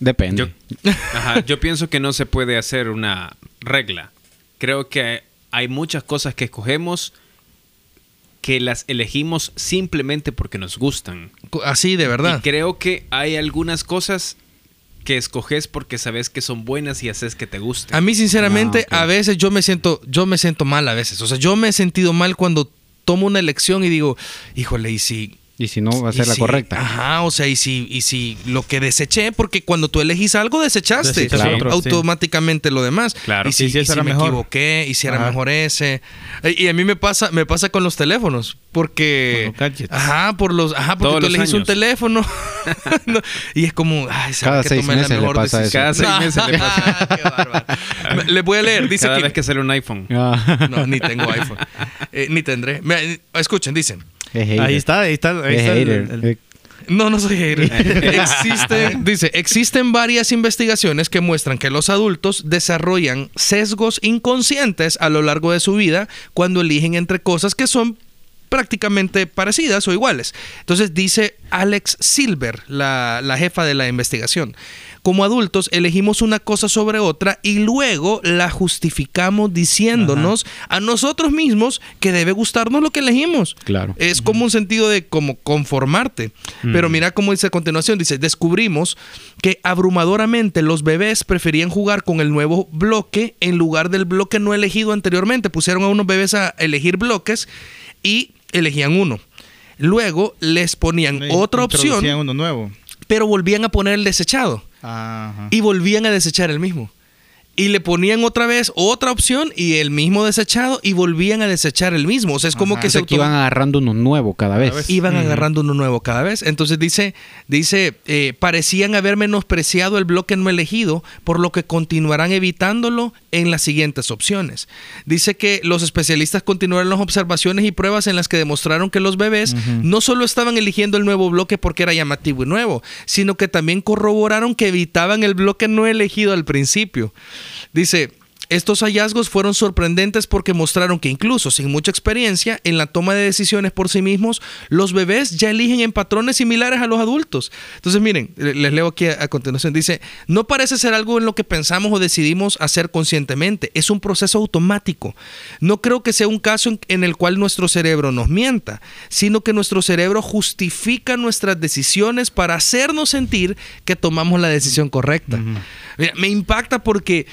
Speaker 4: Depende.
Speaker 2: Yo, ajá, yo pienso que no se puede hacer una regla. Creo que hay muchas cosas que escogemos que las elegimos simplemente porque nos gustan.
Speaker 1: Co- Así de verdad.
Speaker 2: Y creo que hay algunas cosas que escoges porque sabes que son buenas y haces que te gusten.
Speaker 1: A mí sinceramente
Speaker 4: Ah, ok.
Speaker 1: a veces yo me siento yo me siento mal a veces. O sea, yo me he sentido mal cuando tomo una elección y digo, "Híjole, y si
Speaker 4: y si no, va a
Speaker 1: y
Speaker 4: ser la
Speaker 1: si-
Speaker 4: correcta.
Speaker 1: Ajá, o sea, y si, y si lo que deseché, porque cuando tú elegís algo, desechaste
Speaker 5: Desechas
Speaker 2: Claro.
Speaker 5: otro, sí.
Speaker 1: automáticamente lo demás.
Speaker 2: Claro.
Speaker 1: Y si,
Speaker 5: Y si
Speaker 1: y
Speaker 5: ese
Speaker 1: si
Speaker 5: era
Speaker 1: me
Speaker 5: mejor.
Speaker 1: equivoqué, y si era
Speaker 5: Ajá.
Speaker 1: mejor ese. Eh, Y a mí me pasa, me pasa con los teléfonos, porque...
Speaker 5: Con los gadgets.
Speaker 1: ajá, por los, ajá, porque
Speaker 2: Todos
Speaker 1: tú
Speaker 2: los
Speaker 1: elegís un
Speaker 2: años.
Speaker 1: teléfono. No, y es como, ay, ¿será
Speaker 4: Cada
Speaker 1: que
Speaker 4: seis
Speaker 1: tomé la
Speaker 4: meses le
Speaker 1: mejor
Speaker 4: pasa eso.
Speaker 1: decisión?
Speaker 2: Cada
Speaker 1: No.
Speaker 2: seis meses le pasa.
Speaker 1: Qué bárbaro. Me- Les voy a leer, dice
Speaker 2: Ah. Cada
Speaker 1: aquí-
Speaker 2: vez que sale un iPhone.
Speaker 4: Ah.
Speaker 1: No, ni tengo iPhone. Eh, ni tendré. Me- escuchen, dicen.
Speaker 4: Es hater.
Speaker 5: Ahí está, ahí está. Ahí
Speaker 4: Es
Speaker 5: está el-
Speaker 4: hater.
Speaker 5: el-
Speaker 4: Eh,
Speaker 1: No, no soy hater. Existen, dice, existen varias investigaciones que muestran que los adultos desarrollan sesgos inconscientes a lo largo de su vida cuando eligen entre cosas que son prácticamente parecidas o iguales. Entonces dice Alex Silver, la, la jefa de la investigación. Como adultos elegimos una cosa sobre otra y luego la justificamos diciéndonos a nosotros mismos que debe gustarnos lo que elegimos.
Speaker 4: Claro.
Speaker 1: Es como un sentido de como conformarte. Pero
Speaker 4: Mm.
Speaker 1: mira cómo dice a continuación, dice, descubrimos que abrumadoramente los bebés preferían jugar con el nuevo bloque en lugar del bloque no elegido anteriormente. Pusieron a unos bebés a elegir bloques y elegían uno. Luego les ponían otra opción,
Speaker 5: introducían uno nuevo.
Speaker 1: pero volvían a poner el desechado
Speaker 5: Ajá.
Speaker 1: y volvían a desechar el mismo. Y le ponían otra vez otra opción y el mismo desechado y volvían a desechar el mismo. O sea, es como
Speaker 5: Ajá.
Speaker 1: que
Speaker 4: o
Speaker 1: se
Speaker 4: sea,
Speaker 1: auto-
Speaker 4: que iban agarrando uno nuevo cada vez.
Speaker 5: vez.
Speaker 1: iban agarrando uno nuevo cada vez. Entonces dice, dice eh, parecían haber menospreciado el bloque no elegido, por lo que continuarán evitándolo en las siguientes opciones. Dice que los especialistas continuaron las observaciones y pruebas en las que demostraron que los bebés no solo estaban eligiendo el nuevo bloque porque era llamativo y nuevo, sino que también corroboraron que evitaban el bloque no elegido al principio. Dice, estos hallazgos fueron sorprendentes porque mostraron que incluso sin mucha experiencia en la toma de decisiones por sí mismos, los bebés ya eligen en patrones similares a los adultos. Entonces miren, le- les leo aquí a, a continuación. Dice, no parece ser algo en lo que pensamos o decidimos hacer conscientemente, es un proceso automático. No creo que sea un caso en, en el cual nuestro cerebro nos mienta, sino que nuestro cerebro justifica nuestras decisiones para hacernos sentir que tomamos la decisión correcta. Mira, me impacta porque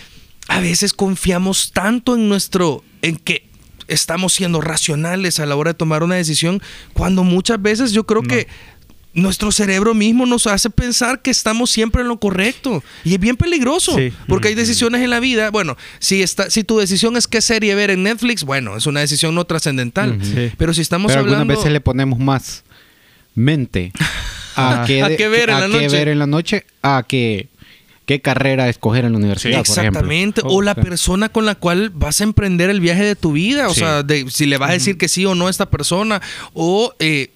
Speaker 1: a veces confiamos tanto en nuestro, en que estamos siendo racionales a la hora de tomar una decisión, cuando muchas veces yo creo que nuestro cerebro mismo nos hace pensar que estamos siempre en lo correcto. Y es bien peligroso,
Speaker 5: Sí.
Speaker 1: porque
Speaker 4: Mm,
Speaker 1: hay decisiones en la vida. Bueno, si, está, si tu decisión es qué serie ver en Netflix, bueno, es una decisión no trascendental.
Speaker 4: Ujú.
Speaker 5: Sí.
Speaker 1: Pero si estamos
Speaker 4: Pero
Speaker 1: hablando...
Speaker 4: algunas veces le ponemos más mente a,
Speaker 5: Ah.
Speaker 4: qué,
Speaker 1: A
Speaker 4: de-
Speaker 1: qué ver en la
Speaker 4: a qué
Speaker 1: noche.
Speaker 4: ver en la noche, a qué, qué carrera escoger en la universidad, por ejemplo.
Speaker 1: Exactamente. O la
Speaker 4: sea.
Speaker 1: persona con la cual vas a emprender el viaje de tu vida. O
Speaker 4: Sí.
Speaker 1: sea, de- si le vas a decir que sí o no a esta persona. O eh,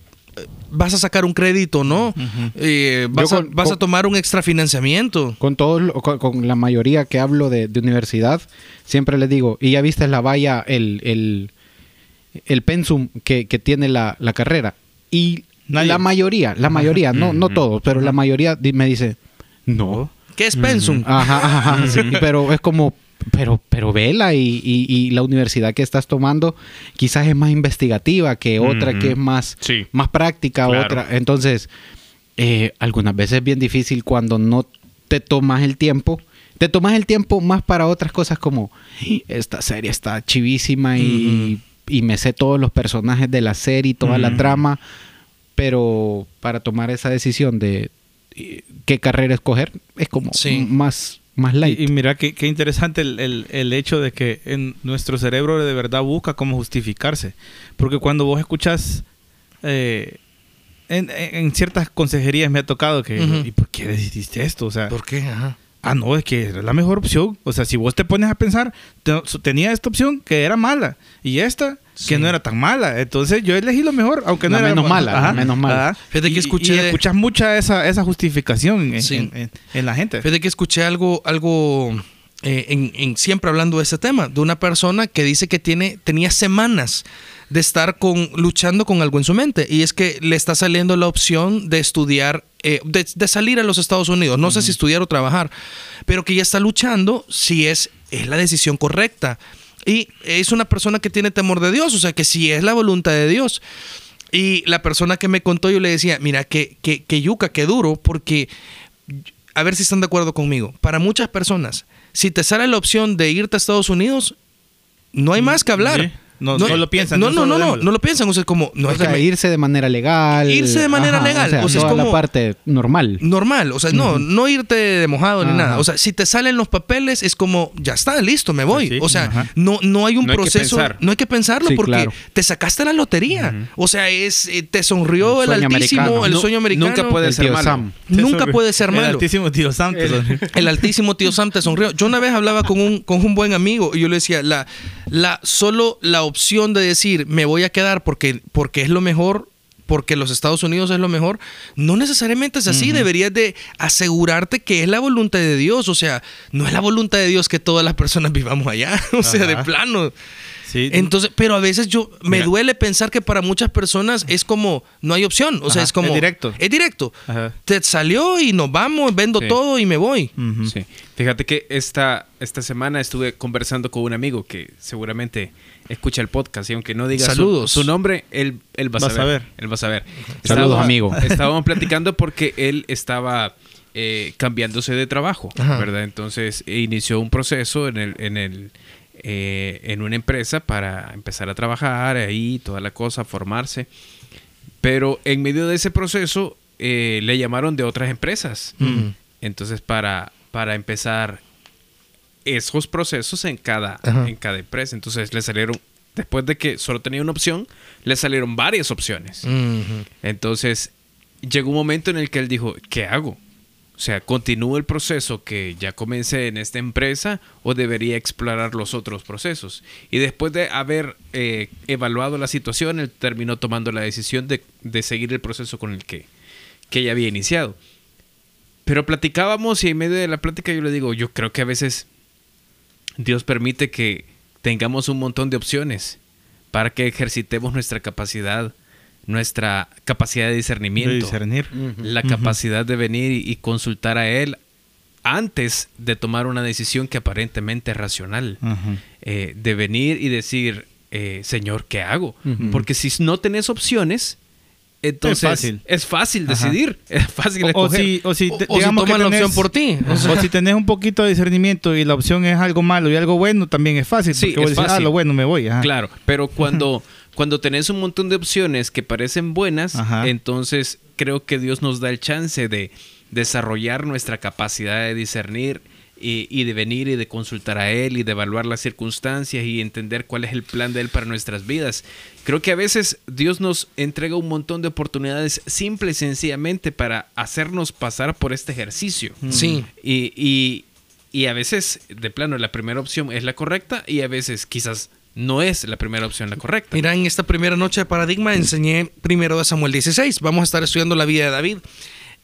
Speaker 1: vas a sacar un crédito o no. Eh, vas,
Speaker 4: Yo
Speaker 1: a,
Speaker 4: con-
Speaker 1: vas
Speaker 4: con-
Speaker 1: a tomar un extrafinanciamiento.
Speaker 4: Con todos, lo- con, con la mayoría que hablo de, de universidad, siempre les digo, y ya viste la valla, el, el, el pensum que, que tiene la, la carrera. Y
Speaker 5: Nadie.
Speaker 4: la mayoría, la mayoría, no,
Speaker 1: Mm,
Speaker 4: no todos, pero la mayoría di- me dice, no.
Speaker 1: ¿Qué es Pensum?
Speaker 4: Ajá, ajá, ajá, sí, pero es como, pero, pero vela y, y- y la universidad que estás tomando quizás es más investigativa que otra
Speaker 2: Ujú.
Speaker 4: que es más,
Speaker 2: Sí.
Speaker 4: más práctica,
Speaker 2: Claro.
Speaker 4: otra. Entonces, eh, algunas veces es bien difícil cuando no te tomas el tiempo. Te tomas el tiempo más para otras cosas como esta serie está chivísima y, y me sé todos los personajes de la serie y toda la
Speaker 5: Ujú.
Speaker 4: trama, pero para tomar esa decisión de eh, qué carrera escoger es como
Speaker 1: Sí.
Speaker 4: más, más light.
Speaker 5: Y, y mira qué, qué interesante el, el- el hecho de que en nuestro cerebro de verdad busca cómo justificarse. Porque cuando vos escuchas eh, en, en- en ciertas consejerías me ha tocado que,
Speaker 1: Ujú.
Speaker 5: ¿y por qué decidiste esto? O sea,
Speaker 1: ¿Por qué? Ajá.
Speaker 5: ah, no, es que era la mejor opción. O sea, si vos te pones a pensar, te- so- tenía esta opción que era mala y esta
Speaker 1: Sí.
Speaker 5: que no era tan mala. Entonces yo elegí lo mejor, aunque no
Speaker 4: La
Speaker 5: era
Speaker 4: menos
Speaker 5: bu-
Speaker 4: mala, la menos mala.
Speaker 1: Fíjate que
Speaker 5: Y- y,
Speaker 1: escuché-
Speaker 5: y escuchas mucha esa, esa justificación en,
Speaker 1: Sí.
Speaker 5: en- en- en la gente.
Speaker 1: Fíjate que escuché algo, algo eh, en, en- siempre hablando de ese tema, de una persona que dice que tiene, tenía semanas de estar con, luchando con algo en su mente. Y es que le está saliendo la opción de estudiar, eh, de, de salir a los Estados Unidos. No sé si estudiar o trabajar, pero que ya está luchando si es, es la decisión correcta. Y es una persona que tiene temor de Dios, o sea que si es la voluntad de Dios. Y la persona que me contó, yo le decía, mira, que, que, que yuca, que duro, porque a ver si están de acuerdo conmigo. Para muchas personas, si te sale la opción de irte a Estados Unidos, no hay más que hablar.
Speaker 5: sí. No- no lo piensan,
Speaker 1: No,
Speaker 5: no
Speaker 1: no,
Speaker 5: solo
Speaker 1: no, no,
Speaker 5: démoslo.
Speaker 1: no lo piensan. O sea, como, no
Speaker 4: O
Speaker 1: es
Speaker 4: sea,
Speaker 1: que me-
Speaker 4: irse de manera legal.
Speaker 1: Irse de manera legal,
Speaker 4: O sea,
Speaker 1: o sea, es
Speaker 4: toda la
Speaker 1: como-
Speaker 4: parte normal.
Speaker 1: normal. O sea, no, no irte de mojado ni
Speaker 4: Ajá.
Speaker 1: nada. O sea, si te salen los papeles, es como, ya está, listo, me voy.
Speaker 5: Sí,
Speaker 1: o sea,
Speaker 5: ajá.
Speaker 1: no, no hay un
Speaker 2: No hay que
Speaker 1: proceso.
Speaker 2: pensar.
Speaker 1: no hay que pensarlo
Speaker 4: Sí,
Speaker 1: porque
Speaker 4: claro.
Speaker 1: te sacaste la lotería. O sea, es eh, te sonrió
Speaker 4: El
Speaker 1: el,
Speaker 4: sueño
Speaker 1: altísimo,
Speaker 4: americano.
Speaker 1: el
Speaker 2: Nu-
Speaker 1: sueño americano.
Speaker 2: nunca puede
Speaker 4: El
Speaker 2: ser
Speaker 4: tío
Speaker 2: malo.
Speaker 4: Sam.
Speaker 1: Nunca puede ser
Speaker 5: El
Speaker 1: malo.
Speaker 5: altísimo Dios santo.
Speaker 1: El altísimo tío Sam te sonrió. Yo una vez hablaba con un, con un buen amigo y yo le decía, la, la, solo la opción de decir me voy a quedar porque, porque es lo mejor, porque los Estados Unidos es lo mejor, no necesariamente es así. Deberías de asegurarte que es la voluntad de Dios. O sea, no es la voluntad de Dios que todas las personas vivamos allá. O sea, de
Speaker 5: Ajá.
Speaker 1: plano.
Speaker 5: Sí.
Speaker 1: Entonces, pero a veces yo me
Speaker 2: Mira.
Speaker 1: duele pensar que para muchas personas es como no hay opción, o sea,
Speaker 5: Ajá,
Speaker 1: es como
Speaker 5: es directo.
Speaker 1: Es directo.
Speaker 5: Ajá.
Speaker 1: Te salió y nos vamos, vendo
Speaker 2: Sí.
Speaker 1: todo y me voy.
Speaker 5: Ujú.
Speaker 2: Sí. Fíjate que esta, esta semana estuve conversando con un amigo que seguramente escucha el podcast y aunque no diga su-
Speaker 1: Saludos.
Speaker 2: Su, nombre, él, él va a
Speaker 5: Vas a
Speaker 2: saber.
Speaker 5: ver.
Speaker 2: Él va a saber.
Speaker 4: Saludos,
Speaker 2: Estábamos-
Speaker 4: amigo.
Speaker 2: Estábamos platicando porque él estaba eh, cambiándose de trabajo,
Speaker 1: Ajá.
Speaker 2: ¿verdad? Entonces e inició un proceso en el... En el eh, en una empresa para empezar a trabajar ahí, toda la cosa, formarse. Pero en medio de ese proceso eh, le llamaron de otras empresas.
Speaker 1: Ujú.
Speaker 2: Entonces, para, para empezar esos procesos en cada,
Speaker 1: Ajá.
Speaker 2: en cada empresa. Entonces, le salieron, después de que solo tenía una opción, le salieron varias
Speaker 1: Mm.
Speaker 2: opciones.
Speaker 1: Ujú.
Speaker 2: Entonces, llegó un momento en el que él dijo, ¿qué hago? O sea, ¿continúo el proceso que ya comencé en esta empresa o debería explorar los otros procesos? Y después de haber eh, evaluado la situación, él terminó tomando la decisión de, de seguir el proceso con el que, que ya había iniciado. Pero platicábamos y en medio de la plática yo le digo, yo creo que a veces Dios permite que tengamos un montón de opciones para que ejercitemos nuestra capacidad, nuestra capacidad de discernimiento,
Speaker 5: De discernir.
Speaker 2: la capacidad de venir y, y consultar a Él antes de tomar una decisión que aparentemente es racional
Speaker 5: Ujú.
Speaker 2: eh, de venir y decir, eh, Señor, ¿qué hago? Porque si no tenés opciones,
Speaker 1: Entonces, es fácil,
Speaker 5: fácil. Ajá.
Speaker 1: decidir, es fácil
Speaker 5: O- o
Speaker 1: escoger.
Speaker 5: si- o si te- digamos que
Speaker 1: tomas la
Speaker 5: tenés-
Speaker 1: opción por ti. O sea,
Speaker 5: O si tenés un poquito de discernimiento y la opción es algo malo y algo bueno, también es fácil.
Speaker 2: Sí,
Speaker 5: porque vos
Speaker 2: es
Speaker 5: decís,
Speaker 2: fácil.
Speaker 5: ah, lo bueno, me voy. ajá.
Speaker 2: Claro, pero cuando, cuando tenés un montón de opciones que parecen buenas,
Speaker 5: Ajá.
Speaker 2: entonces creo que Dios nos da el chance de desarrollar nuestra capacidad de discernir y, y de venir y de consultar a Él y de evaluar las circunstancias y entender cuál es el plan de Él para nuestras vidas. Creo que a veces Dios nos entrega un montón de oportunidades simple y sencillamente para hacernos pasar por este ejercicio.
Speaker 1: sí.
Speaker 2: Y, y- y a veces, de plano, la primera opción es la correcta y a veces quizás no es la primera opción la correcta.
Speaker 1: Mira, en esta primera noche de Paradigma enseñé primero de Samuel 16. Vamos a estar estudiando la vida de David.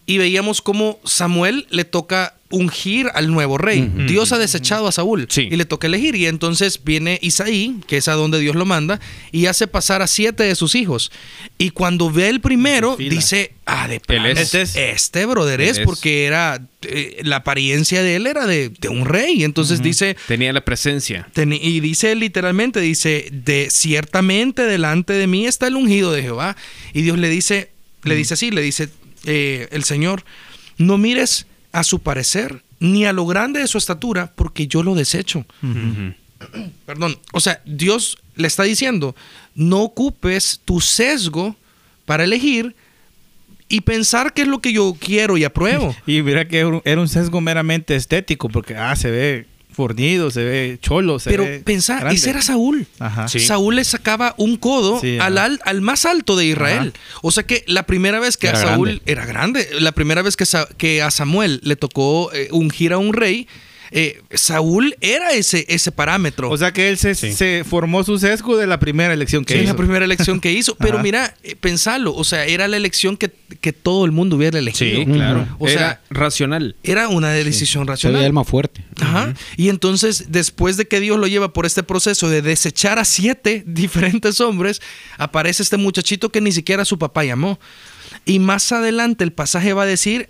Speaker 1: Y veíamos cómo Samuel le toca ungir al nuevo rey. Dios ha desechado a Saúl
Speaker 2: Sí.
Speaker 1: y le toca elegir. Y entonces viene Isaí, que es a donde Dios lo manda, y hace pasar a siete de sus hijos. Y cuando ve el primero,
Speaker 5: Fila.
Speaker 1: dice, ah, de plano,
Speaker 2: es.
Speaker 1: este, es. este brother es,
Speaker 2: Él es.
Speaker 1: porque era, eh, la apariencia de él era de, de un rey. Entonces dice,
Speaker 2: Tenía la presencia.
Speaker 1: Teni- y dice literalmente, dice, de ciertamente delante de mí está el ungido de Jehová. Y Dios le dice, le dice así, le dice eh, el Señor, no mires a su parecer ni a lo grande de su estatura, porque yo lo desecho.
Speaker 2: Ujú.
Speaker 1: Perdón, o sea, Dios le está diciendo, no ocupes tu sesgo para elegir y pensar qué es lo que yo quiero y apruebo.
Speaker 5: Y mira que era un- era un sesgo meramente estético, porque ah, se ve fornido, se ve cholo, se
Speaker 1: Pero
Speaker 5: ve
Speaker 1: pensá,
Speaker 5: grande.
Speaker 1: ese era Saúl.
Speaker 5: Ajá.
Speaker 2: Sí.
Speaker 1: Saúl le sacaba un codo
Speaker 5: Sí,
Speaker 1: al,
Speaker 5: ajá.
Speaker 1: al, al más alto de Israel. O sea que la primera vez que a
Speaker 4: Era
Speaker 1: Saúl
Speaker 4: grande.
Speaker 1: era grande, la primera vez que, Sa- que a Samuel le tocó eh, ungir a un rey, eh, Saúl era ese, ese parámetro.
Speaker 5: O sea que él se, se formó su sesgo de la primera elección que
Speaker 1: es
Speaker 5: hizo.
Speaker 1: la primera elección que hizo. Pero
Speaker 5: Ajá.
Speaker 1: mira, eh, pensalo, o sea, era la elección que, que todo el mundo hubiera elegido.
Speaker 2: Sí, claro.
Speaker 1: O sea,
Speaker 2: Era racional.
Speaker 1: era una decisión
Speaker 4: Soy
Speaker 1: racional.
Speaker 4: el más fuerte.
Speaker 1: Ajá. Y entonces, después de que Dios lo lleva por este proceso de desechar a siete diferentes hombres, aparece este muchachito que ni siquiera su papá llamó. Y más adelante el pasaje va a decir,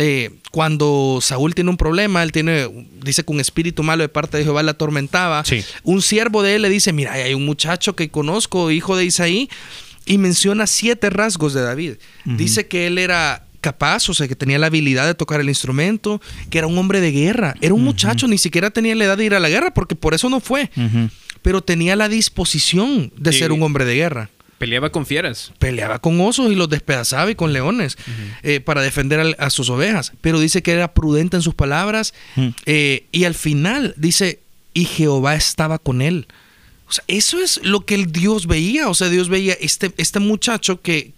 Speaker 1: eh, cuando Saúl tiene un problema, él tiene, dice que un espíritu malo de parte de Jehová le atormentaba,
Speaker 2: Sí.
Speaker 1: un siervo de él le dice, mira, ahí hay un muchacho que conozco, hijo de Isaí, y menciona siete rasgos de David. Dice que él era capaz, o sea, que tenía la habilidad de tocar el instrumento, que era un hombre de guerra, era un muchacho, ni siquiera tenía la edad de ir a la guerra, porque por eso no fue,
Speaker 5: Ujú.
Speaker 1: pero tenía la disposición de
Speaker 2: Sí.
Speaker 1: ser un hombre de guerra.
Speaker 2: Peleaba con fieras.
Speaker 1: Peleaba con osos y los despedazaba y con leones eh, para defender al- a sus ovejas. Pero dice que era prudente en sus palabras.
Speaker 5: Mm.
Speaker 1: eh, y al final dice, y Jehová estaba con él. O sea, eso es lo que el Dios veía. O sea, Dios veía este, este muchacho que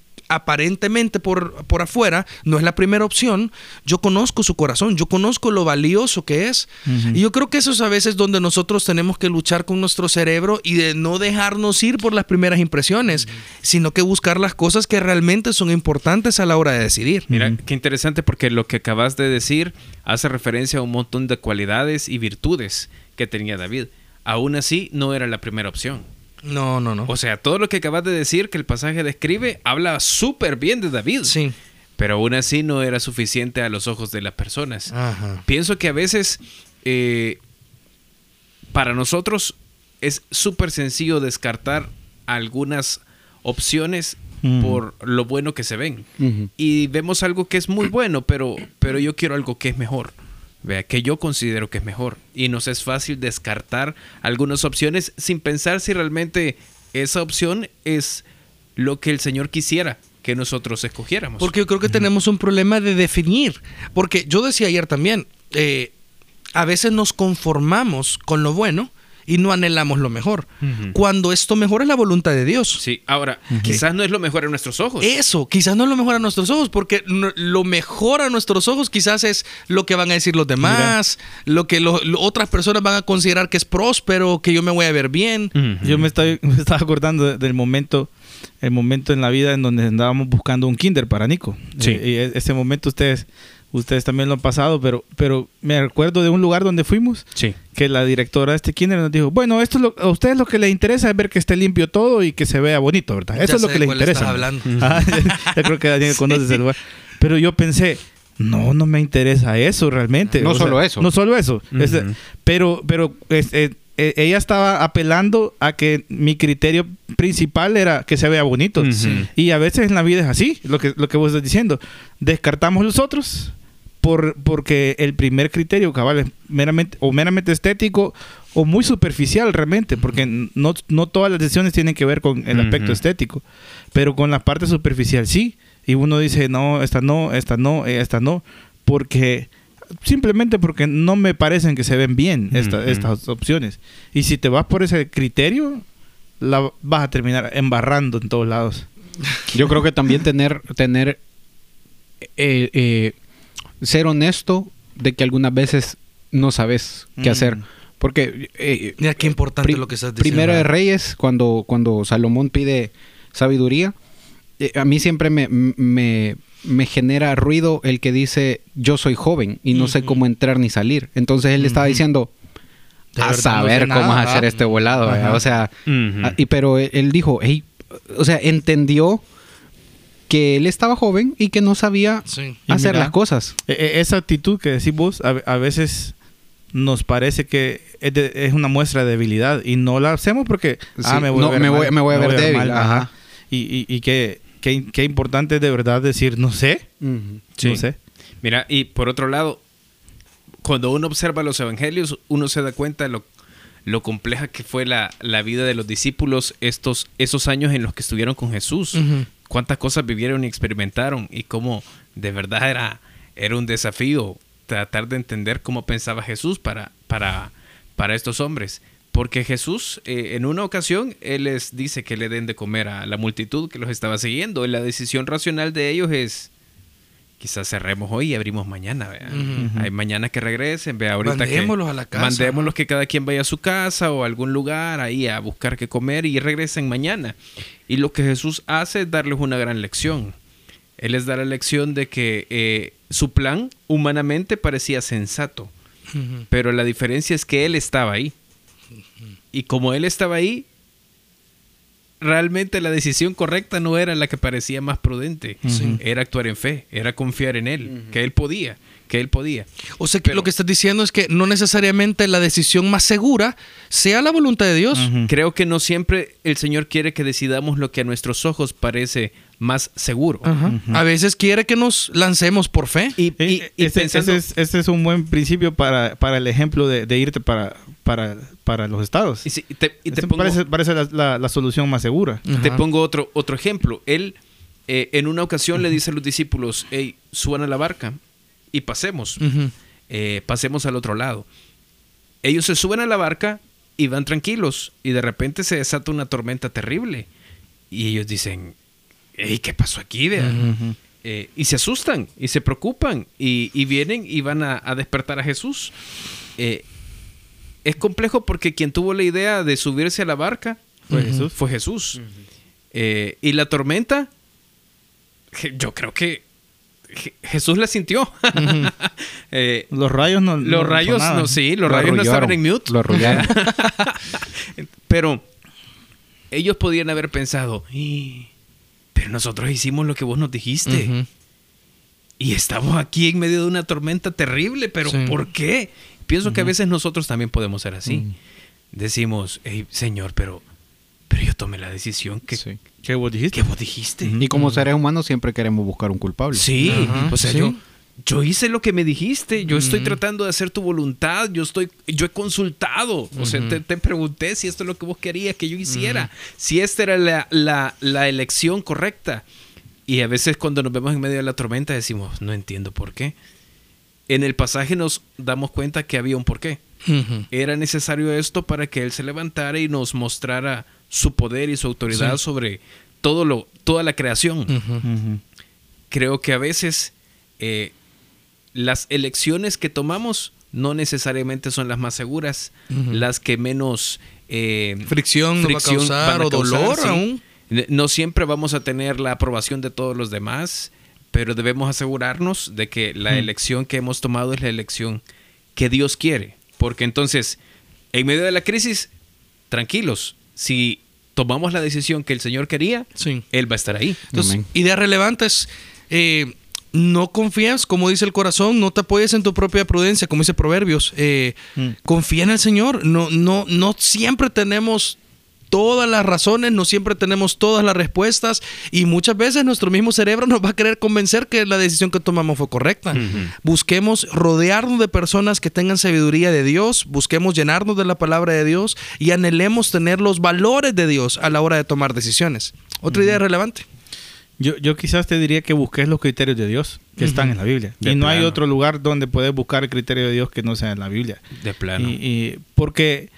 Speaker 1: aparentemente por, por afuera no es la primera opción. Yo conozco su corazón, yo conozco lo valioso que es.
Speaker 5: Ujú.
Speaker 1: Y yo creo que eso es a veces donde nosotros tenemos que luchar con nuestro cerebro y de no dejarnos ir por las primeras impresiones, sino que buscar las cosas que realmente son importantes a la hora de decidir.
Speaker 2: Mira,
Speaker 5: Ujú.
Speaker 2: qué interesante porque lo que acabas de decir hace referencia a un montón de cualidades y virtudes que tenía David. Aún así, no era la primera opción.
Speaker 1: No, no, no.
Speaker 2: O sea, todo lo que acabas de decir que el pasaje describe habla súper bien de David.
Speaker 1: Sí.
Speaker 2: Pero aún así no era suficiente a los ojos de las personas.
Speaker 1: Ajá.
Speaker 2: Pienso que a veces eh, para nosotros es súper sencillo descartar algunas opciones
Speaker 5: Mm.
Speaker 2: por lo bueno que se ven.
Speaker 4: Ujú.
Speaker 2: Y vemos algo que es muy bueno, pero, pero yo quiero algo que es mejor. Vea, que yo considero que es mejor. Y nos es fácil descartar algunas opciones sin pensar si realmente esa opción es lo que el Señor quisiera que nosotros escogiéramos.
Speaker 4: Pues
Speaker 1: Porque yo creo que tenemos un problema de definir. Porque yo decía ayer también, eh, a veces nos conformamos con lo bueno y no anhelamos lo mejor.
Speaker 2: Ujú.
Speaker 1: Cuando esto mejor es la voluntad de Dios.
Speaker 2: Sí, ahora, quizás no es lo mejor en nuestros
Speaker 4: pues.
Speaker 2: ojos.
Speaker 1: Eso, quizás no es lo mejor a nuestros ojos, porque no- lo mejor a nuestros ojos quizás es lo que van a decir los demás, lo que lo- lo- otras personas van a considerar que es próspero, que yo me voy a ver bien.
Speaker 2: Ujú.
Speaker 5: Yo me, estoy- me estaba acordando de- del momento, el momento en la vida en donde andábamos buscando un kinder para Nico.
Speaker 2: Sí.
Speaker 5: Eh, y e- ese momento ustedes, ustedes también lo han pasado, pero, pero me recuerdo de un lugar donde fuimos
Speaker 2: Sí.
Speaker 5: que la directora de este kinder nos dijo, bueno, esto es lo- a ustedes lo que les interesa es ver que esté limpio todo y que se vea bonito, ¿verdad?
Speaker 1: Ya
Speaker 5: Eso es lo
Speaker 1: sé de
Speaker 5: que les
Speaker 1: cuál
Speaker 5: interesa.
Speaker 1: estás hablando.
Speaker 5: Ah, yo creo que Daniel conoce ese lugar. Pero yo pensé, no, no me interesa eso realmente.
Speaker 4: No
Speaker 5: O sea,
Speaker 4: solo eso.
Speaker 5: No solo eso. Es-
Speaker 2: Ujú.
Speaker 5: pero pero es- eh, eh, ella estaba apelando a que mi criterio principal era que se vea bonito.
Speaker 2: Ujú. Sí.
Speaker 5: Y a veces en la vida es así, lo que, lo que vos estás diciendo. Descartamos los otros por, porque el primer criterio, cabal, es meramente, o meramente estético o muy superficial realmente, porque no, no todas las decisiones tienen que ver con el aspecto
Speaker 2: Ujú.
Speaker 5: estético, pero con la parte superficial sí. Y uno dice, no, esta no, esta no, eh, esta no, porque simplemente porque no me parecen que se ven bien esta-
Speaker 2: Ujú.
Speaker 5: estas opciones. Y si te vas por ese criterio, la vas a terminar embarrando en todos lados.
Speaker 4: Yo creo que también tener, tener eh, eh, ser honesto de que algunas veces no sabes qué
Speaker 5: Mm.
Speaker 4: hacer. Porque eh,
Speaker 1: Mira qué importante
Speaker 4: pri-
Speaker 1: lo que estás diciendo.
Speaker 4: Primero de Reyes, cuando, cuando Salomón pide sabiduría, eh, a mí siempre me, me- me genera ruido el que dice yo soy joven y no sé
Speaker 1: Ujú.
Speaker 4: cómo entrar ni salir. Entonces él estaba
Speaker 5: Ujú.
Speaker 4: diciendo
Speaker 1: De
Speaker 4: a
Speaker 1: verdad no sé
Speaker 4: saber
Speaker 1: nada,
Speaker 4: cómo vas a hacer
Speaker 1: ah.
Speaker 4: este volado. ¿verdad?
Speaker 5: Ajá.
Speaker 4: O sea,
Speaker 2: Ujú.
Speaker 4: ah, y, pero él, él dijo, "Ey", o sea, entendió que él estaba joven y que no sabía
Speaker 1: Sí.
Speaker 5: Y
Speaker 4: hacer
Speaker 5: mira.
Speaker 4: las cosas.
Speaker 5: E- e- Esa actitud que decís vos, a, ve- a veces nos parece que es, de- es una muestra de debilidad y no la hacemos porque ah,
Speaker 4: Sí,
Speaker 5: me voy
Speaker 4: no,
Speaker 5: a ver
Speaker 4: me
Speaker 5: mal,
Speaker 4: voy- me voy a ver débil, ajá.
Speaker 5: Y, y, y qué, qué, qué importante es de verdad decir, no sé,
Speaker 2: Sí.
Speaker 5: no sé.
Speaker 2: Mira, y por otro lado, cuando uno observa los evangelios, uno se da cuenta de lo, lo compleja que fue la, la vida de los discípulos estos, esos años en los que estuvieron con Jesús.
Speaker 1: Ujú.
Speaker 2: Cuántas cosas vivieron y experimentaron y cómo de verdad era, era un desafío tratar de entender cómo pensaba Jesús para, para, para estos hombres. Porque Jesús, eh, en una ocasión, Él les dice que le den de comer a la multitud que los estaba siguiendo. Y la decisión racional de ellos es, quizás cerremos hoy y abrimos mañana. vea.
Speaker 1: Ujú.
Speaker 2: Hay mañana que regresen, vea ahorita que-
Speaker 1: Mandémoslos a la casa.
Speaker 2: Mandémoslos que cada quien vaya a su casa o a algún lugar ahí a buscar qué comer y regresen mañana. Y lo que Jesús hace es darles una gran lección. Él les da la lección de que eh, su plan humanamente parecía sensato,
Speaker 1: Ujú.
Speaker 2: pero la diferencia es que Él estaba ahí. Y como Él estaba ahí, realmente la decisión correcta no era la que parecía más prudente.
Speaker 5: Sí.
Speaker 2: Era actuar en fe, era confiar en Él, que Él podía, que Él podía.
Speaker 1: O sea que
Speaker 2: Pero-
Speaker 1: lo que estás diciendo es que no necesariamente la decisión más segura sea la voluntad de Dios.
Speaker 5: Ujú.
Speaker 2: Creo que no siempre el Señor quiere que decidamos lo que a nuestros ojos parece más seguro.
Speaker 5: Ah.
Speaker 1: Ajá. A veces quiere que nos lancemos por fe.
Speaker 2: Y,
Speaker 5: Eh,
Speaker 2: y-
Speaker 5: eh,
Speaker 2: y
Speaker 5: ese,
Speaker 2: pensando-
Speaker 5: ese es, ese es un buen principio para, para el ejemplo de, de irte para, para, para los estados.
Speaker 2: y si- y te, y te
Speaker 5: Ese
Speaker 2: pongo, Mm.
Speaker 5: parece parece la, la- la solución más segura.
Speaker 2: te
Speaker 1: Ajá.
Speaker 2: pongo otro, otro ejemplo. Él eh, en una ocasión le dice a los discípulos, hey, suban a la barca y pasemos,
Speaker 1: Ujú.
Speaker 2: eh, pasemos al otro lado. Ellos se suben a la barca y van tranquilos y de repente se desata una tormenta terrible. Y ellos dicen, hey, ¿qué pasó aquí? vea?" Eh, y se asustan y se preocupan y, y vienen y van a, a despertar a Jesús. Eh, es complejo porque quien tuvo la idea de subirse a la barca
Speaker 5: Fue Jesús.
Speaker 2: fue Jesús. Eh, y la tormenta, je- yo creo que Je- Jesús la sintió. Eh,
Speaker 5: Los rayos no.
Speaker 2: los rayos, no, sí, los
Speaker 4: Lo
Speaker 2: rayos no estaban
Speaker 4: arrullaron,
Speaker 2: en mute.
Speaker 4: Lo arrullaron.
Speaker 2: Pero ellos podían haber pensado, "Ih, pero nosotros hicimos lo que vos nos dijiste.
Speaker 1: Ujú.
Speaker 2: Y estamos aquí en medio de una tormenta terrible, pero
Speaker 1: Sí.
Speaker 2: ¿por qué? Pienso que a veces nosotros también podemos ser así.
Speaker 1: Mm.
Speaker 2: Decimos, "Ey, Señor, pero, pero yo tomé la decisión que,
Speaker 4: Sí.
Speaker 5: ¿Qué vos
Speaker 2: que
Speaker 5: dijiste?
Speaker 2: vos dijiste.
Speaker 4: Y como seres humanos siempre queremos buscar un culpable.
Speaker 2: Sí,
Speaker 1: Ajá,
Speaker 2: o sea,
Speaker 1: eh, sí.
Speaker 2: yo, yo hice lo que me dijiste, yo estoy
Speaker 1: Ujú.
Speaker 2: tratando de hacer tu voluntad, yo estoy, yo he consultado, o sea, te, te pregunté si esto es lo que vos querías que yo hiciera, si esta era la, la- la elección correcta. Y a veces cuando nos vemos en medio de la tormenta decimos, no entiendo por qué. En el pasaje nos damos cuenta que había un porqué.
Speaker 1: Ujú.
Speaker 2: Era necesario esto para que Él se levantara y nos mostrara su poder y su autoridad
Speaker 1: Sí.
Speaker 2: sobre todo lo, toda la creación
Speaker 1: Ujú.
Speaker 2: creo que a veces eh, las elecciones que tomamos no necesariamente son las más seguras,
Speaker 1: Ujú.
Speaker 2: las que menos eh,
Speaker 1: Fricción, nos va a causar,
Speaker 2: van
Speaker 1: o dolor
Speaker 2: sí.
Speaker 1: aún.
Speaker 2: N- No siempre vamos a tener la aprobación de todos los demás, pero debemos asegurarnos de que la elección que hemos tomado es la elección que Dios quiere. Porque entonces, en medio de la crisis, tranquilos, si tomamos la decisión que el Señor quería,
Speaker 1: Sí.
Speaker 2: Él va a estar ahí.
Speaker 1: Entonces,
Speaker 4: Amén.
Speaker 1: ideas relevantes. eh, no confías, como dice el corazón, no te apoyes en tu propia prudencia, como dice Proverbios. Eh,
Speaker 5: Mm.
Speaker 1: Confía en el Señor. No, no, no siempre tenemos todas las razones, no siempre tenemos todas las respuestas y muchas veces nuestro mismo cerebro nos va a querer convencer que la decisión que tomamos fue correcta. Busquemos rodearnos de personas que tengan sabiduría de Dios, busquemos llenarnos de la palabra de Dios y anhelemos tener los valores de Dios a la hora de tomar decisiones. Otra idea relevante.
Speaker 5: Yo, yo quizás te diría que busques los criterios de Dios que están en la Biblia.
Speaker 2: De
Speaker 5: y no hay
Speaker 2: plano.
Speaker 5: otro lugar donde puedes buscar el criterio de Dios que no sea en la Biblia.
Speaker 2: De plano.
Speaker 5: Y, y- porque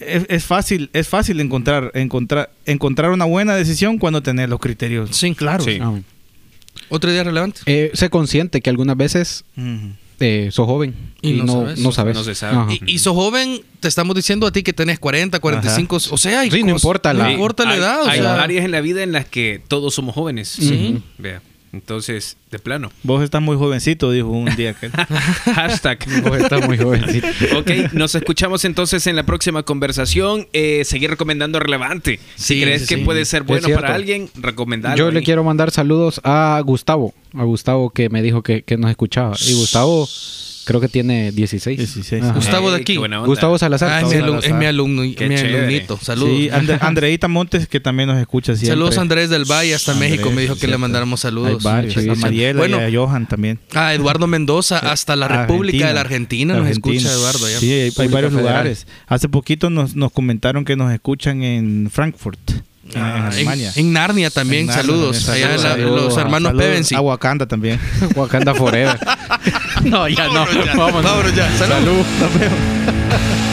Speaker 5: es, es fácil, es fácil encontrar, encontrar, encontrar una buena decisión cuando tenés los criterios.
Speaker 1: Sí, claro.
Speaker 2: Sí.
Speaker 4: Amén.
Speaker 1: Otra idea relevante.
Speaker 4: Eh, sé consciente que algunas veces
Speaker 5: Ujú.
Speaker 4: eh, sos joven
Speaker 1: Y
Speaker 4: y,
Speaker 1: no
Speaker 4: no,
Speaker 1: sabes.
Speaker 4: no sabes.
Speaker 2: No se sabe.
Speaker 4: Ajá.
Speaker 1: Y, y sos joven, te estamos diciendo a ti que tenés 40, 45, o sea, hay
Speaker 4: Sí, no
Speaker 1: cos-
Speaker 4: importa
Speaker 1: no
Speaker 4: la-
Speaker 1: importa la
Speaker 2: Hay-
Speaker 1: edad, o
Speaker 2: Hay
Speaker 1: sea,
Speaker 2: áreas en la vida en las que todos somos jóvenes.
Speaker 4: Sí.
Speaker 2: Ujú. Vea. Entonces, de plano.
Speaker 5: Vos estás muy jovencito, dijo un día aquel.
Speaker 2: Hashtag.
Speaker 4: Vos estás muy jovencito.
Speaker 2: Ok, nos escuchamos entonces en la próxima conversación. Eh, seguir recomendando relevante.
Speaker 1: Sí,
Speaker 2: si crees
Speaker 1: sí,
Speaker 2: que
Speaker 1: sí.
Speaker 2: puede ser
Speaker 4: Es
Speaker 2: bueno
Speaker 4: cierto.
Speaker 2: para alguien, recomendarlo.
Speaker 4: Yo le quiero mandar saludos a Gustavo, a Gustavo que me dijo que, que nos escuchaba. Y Gustavo creo que tiene 16.
Speaker 5: 16.
Speaker 4: Ajá.
Speaker 1: Gustavo de aquí.
Speaker 4: Gustavo Salazar.
Speaker 1: Ah, es, mi
Speaker 4: Gustavo
Speaker 1: alum- es
Speaker 4: Salazar.
Speaker 1: mi alumno,
Speaker 2: Qué
Speaker 1: mi
Speaker 2: chévere.
Speaker 1: alumnito. Saludos.
Speaker 5: Sí, Andre- Andreita Montes, que también nos escucha siempre.
Speaker 1: Saludos a Andrés del Valle hasta
Speaker 5: Andrés,
Speaker 1: México. Me dijo que
Speaker 5: cierto.
Speaker 1: le mandáramos saludos.
Speaker 4: Hay varios.
Speaker 5: A Mariela
Speaker 1: Bueno.
Speaker 5: y a Johan también. Ah,
Speaker 1: A Eduardo Mendoza hasta la República de la Argentina nos
Speaker 5: Argentina.
Speaker 1: escucha Eduardo. ya.
Speaker 5: Sí, hay- hay,
Speaker 1: República
Speaker 5: varios
Speaker 1: Federal.
Speaker 5: lugares. Hace poquito nos, nos comentaron que nos escuchan en Frankfurt, en-
Speaker 1: Ah,
Speaker 5: en
Speaker 1: en,
Speaker 5: Alemania.
Speaker 1: en Narnia también,
Speaker 5: En Narnia
Speaker 1: saludos.
Speaker 5: también.
Speaker 1: Allá
Speaker 5: Saludos,
Speaker 1: la-
Speaker 5: saludos.
Speaker 1: los hermanos
Speaker 5: Saludos Ah,
Speaker 1: Pevensi.
Speaker 5: A Wakanda también.
Speaker 4: Wakanda Forever. no, ya no.
Speaker 1: Vámonos ya.
Speaker 4: Vámonos.
Speaker 1: Vámonos ya. Salud.
Speaker 4: Salud.